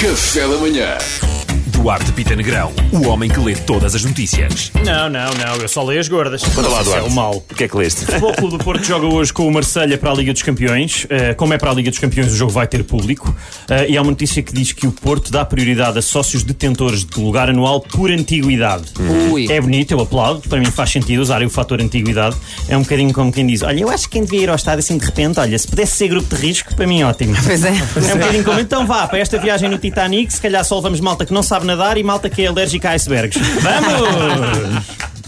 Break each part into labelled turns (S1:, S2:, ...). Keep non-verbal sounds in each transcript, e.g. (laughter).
S1: Café da Manhã.
S2: Duarte Pita Negrão, o homem que lê todas as notícias.
S3: Não, não, não, eu só leio as gordas.
S2: Conta lá,
S3: Isso
S2: Duarte.
S3: É o mal.
S2: O que é que leste?
S3: O Futebol Clube do Porto joga hoje com o Marselha para a Liga dos Campeões. Eh, como é para a Liga dos Campeões, o jogo vai ter público. Eh, e há uma notícia que diz que o Porto dá prioridade a sócios detentores de lugar anual por antiguidade.
S4: Ui.
S3: É bonito, eu aplaudo. Para mim faz sentido usarem o fator antiguidade. É um bocadinho como quem diz: Olha, eu acho que quem devia ir ao estádio assim de repente, olha, se pudesse ser grupo de risco, para mim ótimo.
S4: Pois é.
S3: É um bocadinho como então vá para esta viagem no Titanic, se calhar só levamos malta que não sabe nadar e malta que é alérgica a
S2: (laughs)
S3: icebergs. Vamos!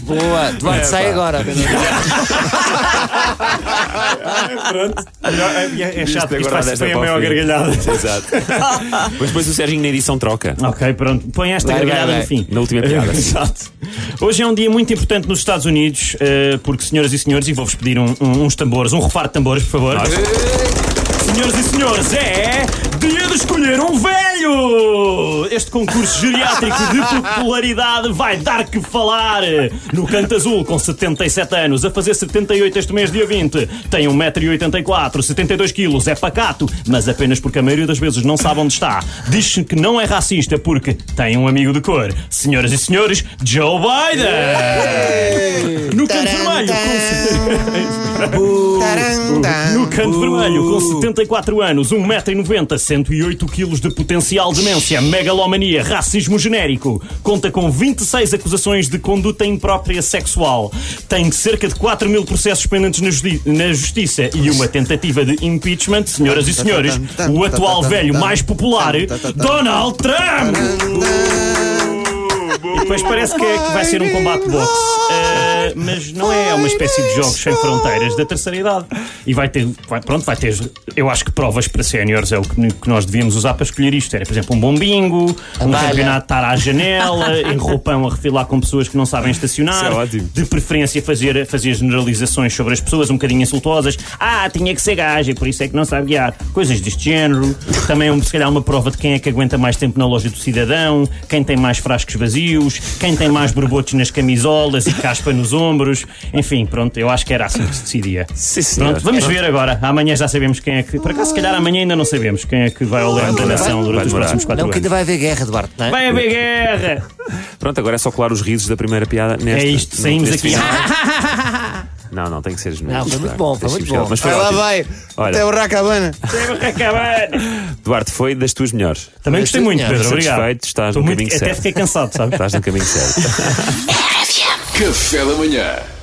S4: Boa,
S2: É,
S4: Duarte, sai agora.
S3: Pronto. É, é chato,
S2: Isto
S3: isto
S2: agora
S3: vai ser
S2: desta
S3: bem a
S2: para o
S3: maior
S2: fim.
S3: gargalhada.
S2: (laughs) Exato. Mas depois o Serginho na edição troca.
S3: (laughs) Ok, pronto. Põe esta
S4: Vai, vai,
S3: gargalhada
S4: vai.
S3: no fim.
S2: Na última piada.
S3: (laughs) Exato. Hoje é um dia muito importante nos Estados Unidos, eh, porque, senhoras e senhores, e vou-vos pedir um- um- uns tambores, um reparo de tambores, por favor.
S2: Nós.
S3: Senhoras e senhores, é dia de escolher um velho! Este concurso geriátrico de popularidade vai dar que falar! No Canto Azul, com 77 anos, a fazer 78 este mês, dia 20, tem 1,84m, 72kg, é pacato, mas apenas porque a maioria das vezes não sabe onde está. Diz que não é racista porque tem um amigo de cor. Senhoras e senhores, Joe Biden! No Canto Vermelho, com no canto vermelho, com 74 anos, 1,90m, 108 kg de potencial demência, megalomania, racismo genérico. Conta com 26 acusações de conduta imprópria sexual. Tem cerca de 4 mil processos pendentes na, justi- na justiça e uma tentativa de impeachment, senhoras e senhores, o atual velho mais popular, Donald Trump! E depois parece que, é- que vai ser um combate de boxe. Ah, mas não é, é uma espécie de jogos sem fronteiras da terceira idade. E vai ter, vai- pronto, vai ter, eu acho que provas para séniores é o que, que nós devíamos usar para escolher isto. Era, por exemplo, um bom bingo, um
S4: Olha.
S3: campeonato de estar
S2: (laughs)
S3: à janela, em roupão a refilar com pessoas que não sabem estacionar.
S2: Isso é ótimo.
S3: De preferência fazer, fazer generalizações sobre as pessoas um bocadinho insultuosas. Ah, tinha que ser gaja, e por isso é que não sabe guiar. Coisas deste género. Também, um, se calhar, uma prova de quem é que aguenta mais tempo na loja do cidadão, quem tem mais frascos vazios, quem tem mais borbotes nas camisolas e caspa nos ombros. Enfim, pronto, eu acho que era assim que se decidia.
S2: Sim, senhor.
S3: Pronto, vamos ver agora. Amanhã já sabemos quem é que. Por acaso, se calhar amanhã ainda não sabemos quem é que vai ao leme da
S2: demorar.
S3: nação
S2: Vai
S3: durante os
S2: demorar.
S3: próximos quatro
S4: Não, que ainda
S3: anos.
S4: vai haver guerra, Duarte, não é?
S3: Vai haver guerra!
S2: Pronto, agora é só colar os risos da primeira piada nesta.
S3: É isto, saímos
S2: neste
S3: aqui. Ah!
S2: final. Não, não, tem que ser genuíno.
S4: Não, Ah, foi muito
S2: Claro,
S4: bom,
S2: deixa-me
S4: foi muito
S2: chegar.
S4: bom.
S2: Mas foi ótimo. Olha,
S4: Racabana.
S3: (laughs) Temos que acabar!
S2: Duarte, foi das tuas melhores.
S3: Também gostei muito,
S4: senhor.
S3: Pedro. Obrigado.
S2: Satisfeito, estás
S3: Estou
S2: no
S3: muito,
S2: caminho
S3: até
S2: certo.
S3: fiquei cansado, sabes?
S2: Estás no caminho certo.
S1: Café da Manhã.